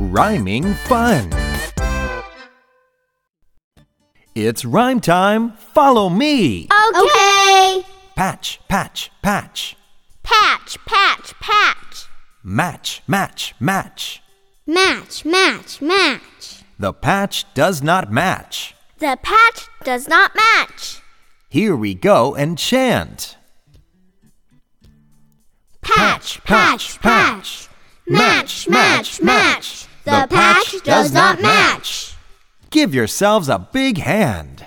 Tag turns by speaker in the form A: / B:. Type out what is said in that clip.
A: Rhyming fun. It's rhyme time. Follow me.
B: Okay.
A: Patch, patch, patch.
B: Patch, patch, patch.
A: Match, match, match.
B: Match, match, match.
A: The patch does not match.
B: The patch does not match.
A: Here we go and chant.
B: Patch, patch, patch. Match, match, match. The patch does not match.
A: Give yourselves a big hand.